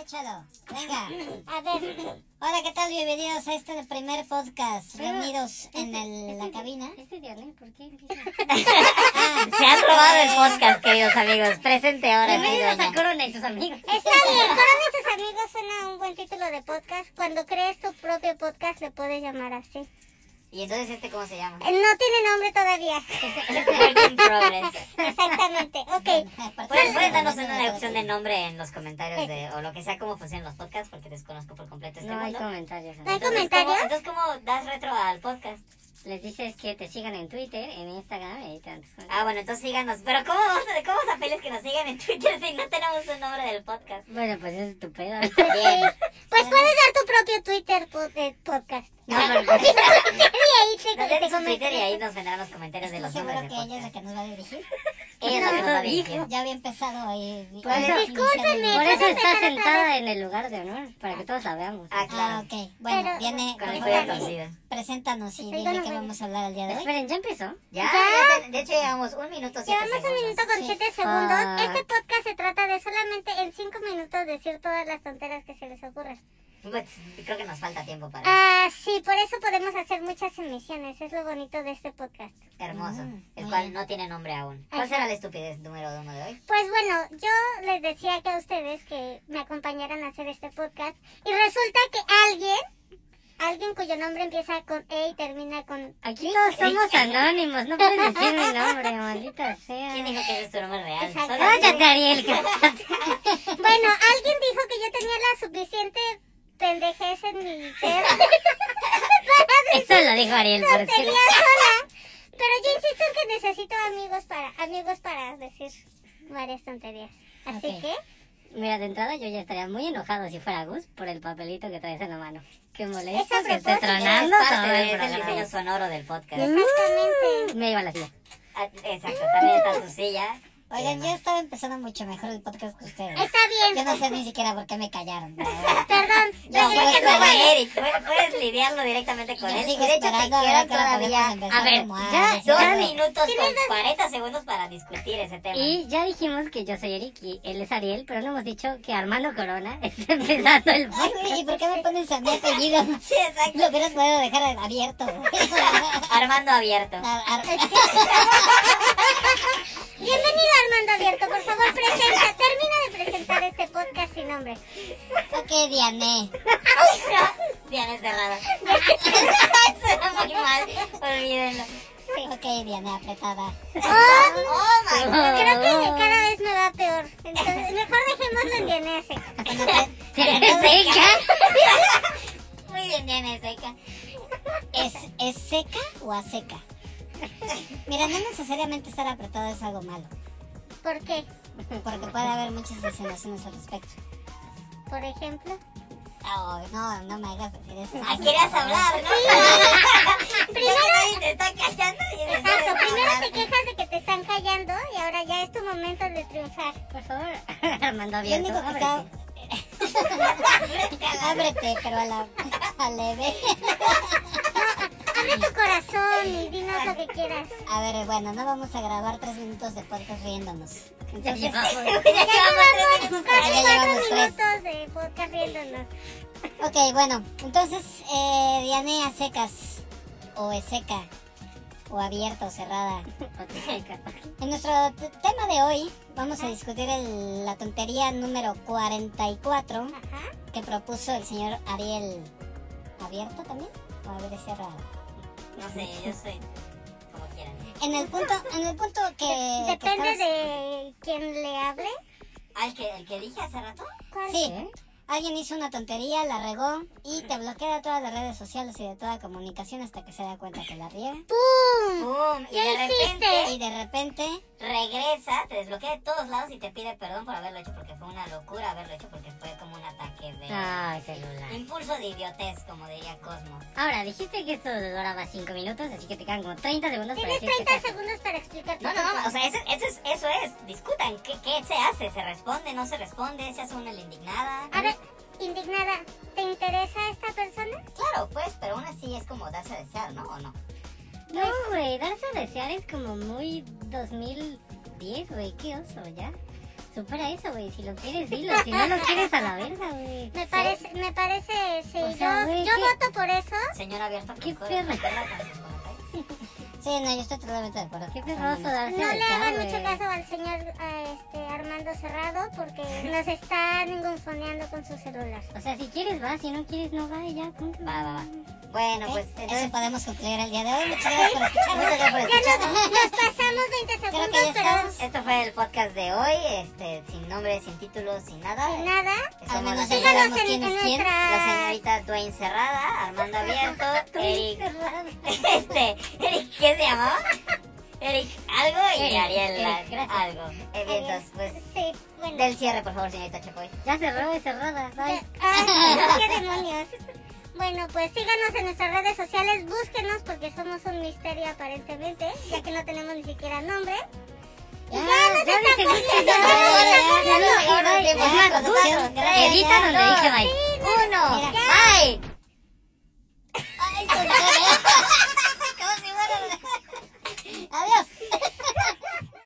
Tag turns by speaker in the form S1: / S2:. S1: Échalo. Venga.
S2: A ver,
S1: Hola, ¿qué tal? Bienvenidos a este primer podcast reunidos en el- la cabina.
S2: Ah, este dialecto, ¿por qué empieza?
S1: Ah,
S3: Se han robado el podcast, queridos amigos. Presente ahora sí,
S2: Bienvenidos a
S3: doña.
S2: Corona y sus amigos.
S4: Está bien, Corona y tus amigos suena un buen título de podcast. Cuando crees tu propio podcast le puedes llamar así.
S3: ¿Y entonces este cómo se llama?
S4: Eh, No tiene nombre todavía.
S3: Este Work in Progress.
S4: Exactamente. Ok.
S1: aparte-
S3: Pueden, pueden darnos una opción de nombre en los comentarios de, o lo que sea cómo funcionan los podcasts porque desconozco por completo este
S2: No hay
S3: mundo.
S2: comentarios.
S4: No hay
S2: amigos.
S3: Entonces, ¿cómo-
S4: comentarios.
S3: Entonces, ¿cómo das retro al podcast?
S2: Les dices que te sigan en Twitter, en Instagram y tantos.
S3: Ah, bueno, entonces síganos. Pero ¿cómo vamos a, cómo vamos a pedirles que nos sigan en Twitter si no tenemos un nombre del podcast?
S2: Bueno, pues es tu pedo.
S3: Bien.
S4: Pues puedes dar tu propio Twitter po- eh, podcast.
S2: No, pero
S4: y ahí te,
S3: Nos
S4: te
S3: den su
S4: comentan.
S3: Twitter y ahí nos vendrán los comentarios de
S1: Estoy
S3: los nombres
S1: seguro
S3: del
S1: que ella es la
S3: podcast.
S1: que nos va a dirigir.
S3: Ella es la que nos va a dirigir.
S1: Ya había empezado ahí.
S2: Por eso-
S4: discúlpenme.
S2: por eso está sentada en el lugar de honor, para que todos la veamos.
S3: Ah,
S1: Ah,
S3: claro.
S1: ok. Bueno,
S4: Pero-
S1: viene.
S3: Con
S1: por
S3: el
S1: favor,
S3: cuello torcido.
S1: Preséntanos y
S4: Estoy
S1: dime
S4: con
S1: qué
S4: la-
S1: vamos a hablar el día de hoy.
S2: Esperen, ¿ya empezó?
S3: Ya, ya te- de hecho llevamos un minuto siete
S4: Llevamos un
S3: segundos.
S4: minuto con
S1: Sí.
S4: 7 segundos.
S2: Ah.
S4: Este podcast se trata de solamente en 5 minutos decir todas las tonteras que se les ocurran.
S3: Pues, creo que nos falta tiempo para
S4: Ah, sí, por eso podemos hacer muchas emisiones. Es lo bonito de este podcast.
S3: hermoso,
S1: Mm,
S3: el
S1: muy
S3: cual
S1: bien.
S3: no tiene nombre aún. ¿Cuál será la estupidez número uno de hoy?
S4: Pues bueno, yo les decía que a ustedes que me acompañaran a hacer este podcast y resulta que alguien, alguien cuyo nombre empieza con E y termina con...
S2: Aquí todos somos anónimos, no puedes decir mi nombre, maldita sea.
S3: ¿Quién dijo que ese es tu nombre real?
S4: Exacto.
S3: Solo-
S2: Cállate, Ariel, cállate.
S4: Bueno, alguien dijo que yo tenía la suficiente pendejez en mi ser para
S2: Eso lo dijo Ariel, por
S4: tonterías
S2: decirlo.
S4: sola. Pero yo insisto en que necesito amigos para, amigos para decir varias tonterías. Así
S1: Ok.
S4: que...
S2: Mira, de entrada yo ya estaría muy enojado si fuera Gus por el papelito que traes en la mano. Qué
S4: Es a
S2: molesto que esté
S4: propósito,
S3: Es
S2: tronando
S3: parte
S2: todo
S3: de-
S2: el
S3: es el diseño
S2: programa.
S3: sonoro del
S4: Mm.
S3: podcast.
S4: Exactamente.
S2: Me iba la silla.
S3: Ah, Exacto, también está tu silla.
S1: Oigan, yo estaba empezando mucho mejor el podcast que ustedes.
S4: Está
S1: Yo
S4: bien.
S1: Mm. no sé ni siquiera por qué me callaron. la verdad.
S4: Perdón.
S3: Yo
S1: sigo
S3: puedes,
S1: esperando.
S3: Eric, puedes, puedes lidiarlo directamente con
S1: Yo
S3: él. Y
S1: sigo
S3: de hecho, te
S1: esperando a
S3: quedan
S1: ver cuándo
S3: todavía
S1: podemos empezar
S2: a ver,
S1: como a
S2: ya,
S1: decir
S3: dos
S1: algo.
S3: minutos con 40 segundos para discutir ese tema.
S2: Y ya dijimos que yo soy Eric y él es Ariel, pero no hemos dicho que Armando Corona está empezando el
S1: Ay,
S2: podcast.
S1: güey, ¿y por qué me pones a mi apellido?
S3: Sí, exacto.
S1: Lo hubieras podido dejar abierto. güey.
S3: Armando abierto.
S1: Ar- ar-
S4: Bienvenido Armando Abierto, por favor, presenta, termina de presentar este podcast sin nombre.
S1: ok, Diane.
S3: Bien encerrada. Suena muy mal. Olvídenlo.
S1: Ok, Diane, apretada.
S3: Oh my
S4: Creo que cada vez me va peor. Entonces, mejor dejémoslo en Dianese.
S1: Bueno, pues,
S2: Seca.
S3: Muy bien, Diana Seca.
S1: ¿es, ¿Es seca o a seca? Mira, no necesariamente estar apretado es algo malo,
S4: ¿Por qué?
S1: porque puede haber muchas insinuaciones al respecto.
S4: Por ejemplo.
S1: Oh, no, no me hagas decir eso.
S3: Ah, querías hablar, ¿no? primero te está callando y en
S4: Exacto, primero te quejas de que te están callando y ahora ya es tu momento de triunfar.
S2: Por favor, Armando
S1: Lo
S2: Abierto,
S1: único que
S2: ábrete.
S1: está... Ábrete, pero a la, a leve.
S4: Abre tu corazón y dinos lo que quieras.
S1: A ver, bueno, no vamos a grabar tres minutos de podcast riéndonos.
S2: Ya llevamos.
S4: Ya llevamos
S1: Ya
S4: casi cuatro
S1: llevamos tres.
S4: minutos de podcast riéndonos.
S1: Ok, bueno, entonces, eh, Diane a secas, o es seca, o abierta, o cerrada.
S2: Otra seca.
S1: En nuestro t- tema de hoy vamos a discutir el- la tontería número 44
S4: Ajá.
S1: que propuso el señor Ariel. ¿Abierto también? ¿O Ariel cerrado?
S3: No sé, yo soy como quieran.
S1: En el punto, en el punto que... que
S4: Depende
S1: estabas-
S4: de quién le hable.
S3: ¿Al que, Ah, el que dije hace rato?
S4: ¿Cuál?
S1: Sí,
S2: ¿Eh?
S1: alguien hizo una tontería, la regó y te bloquea de todas las redes sociales y de toda comunicación hasta que se da cuenta que la riega.
S4: ¡Pum!
S3: ¡Boom! Y
S4: ¿Qué
S3: de repente
S4: hiciste?
S1: Y de repente,
S3: regresa, te desbloquea de todos lados y te pide perdón por haberlo hecho porque fue una locura haberlo hecho porque fue como un ataque de...
S2: Ay, celular.
S3: Impulso de idiotez, como diría Cosmo.
S2: Ahora, dijiste que esto duraba 5 minutos, así que te quedan como 30 segundos para
S4: Tienes
S2: decir que
S4: 30
S2: te-
S4: segundos para explicar tu
S3: No, no, no,
S4: punto.
S3: o sea, eso, eso es, eso es. Discutan, ¿qué, qué se hace? ¿Se responde? ¿No se responde? ¿Se hace una la indignada?
S4: A ver, indignada, ¿te interesa esta persona?
S3: Claro, pues, pero aún así es como darse a desear, ¿no? ¿O no?
S2: No, güey, darse a desear es como muy 2010, güey, qué oso, ya. supera eso, güey. Si lo quieres, dilo. Si no lo quieres, a la verga, güey.
S4: Me parece, me parece, sí,
S2: O sea,
S4: yo,
S2: güey,
S4: yo
S2: ¿qué?
S4: voto por eso.
S3: Señora abierta
S2: Qué
S3: con
S2: perra.
S3: cola, con sus comentarios.
S1: Sí, no, yo estoy totalmente de acuerdo.
S2: Qué perroso darse
S4: No
S2: a
S4: le
S2: besar,
S4: hagan
S2: güey.
S4: mucho caso al señor a este, Armando Cerrado porque nos está ningunfoneando con su celular.
S2: O sea, si quieres, va. Si no quieres, no va. y ya, punto.
S3: Va, va, va. Bueno,
S1: Ok,
S3: pues
S1: ¿Eh? Eso
S3: entonces
S1: podemos concluir el día de hoy. Muchas gracias por escuchar.
S3: Muchas gracias por
S4: Ya
S3: escuchar.
S4: nos, nos pasamos 20
S1: Creo
S4: segundos,
S1: que ya
S4: pero
S1: estamos.
S3: Esto fue el podcast de hoy, este, sin nombre, sin título, sin nada.
S4: sin nada. Pues
S3: Somos
S1: Al menos
S3: la,
S1: ya
S3: señora-
S1: sabemos
S4: Síganos en,
S1: quién
S4: en
S1: es quién.
S3: la
S4: nuestras...
S3: señorita Dwayne Cerrada, Armando Abierto, Eric, este, Eric, ¿qué se llamaba? Eric algo y
S2: Eric,
S3: Ariel
S2: Eric, gracias.
S3: algo. Eh, bien, Entonces, pues,
S4: Sí, bueno.
S3: del cierre, por favor, señorita Chapoy.
S2: Ya cerró, es cerrada. Bye.
S4: Ya- Ay, qué demonios. Bueno, pues síganos en nuestras redes sociales, búsquenos porque somos un misterio aparentemente, ya que no tenemos ni siquiera nombre.
S2: Ya,
S4: nos
S2: ya me
S4: están
S2: seguiste.
S4: cogiendo,
S2: Ya,
S4: ya,
S2: ya,
S1: ya,
S2: ya,
S1: ya,
S2: ya,
S1: ya,
S2: ya, ya,
S1: ya, ya,
S2: ya,
S1: ya,
S2: Edita donde
S3: ya,
S2: dije
S3: ya,
S2: bye.
S3: Uno,
S4: Mira.
S3: bye.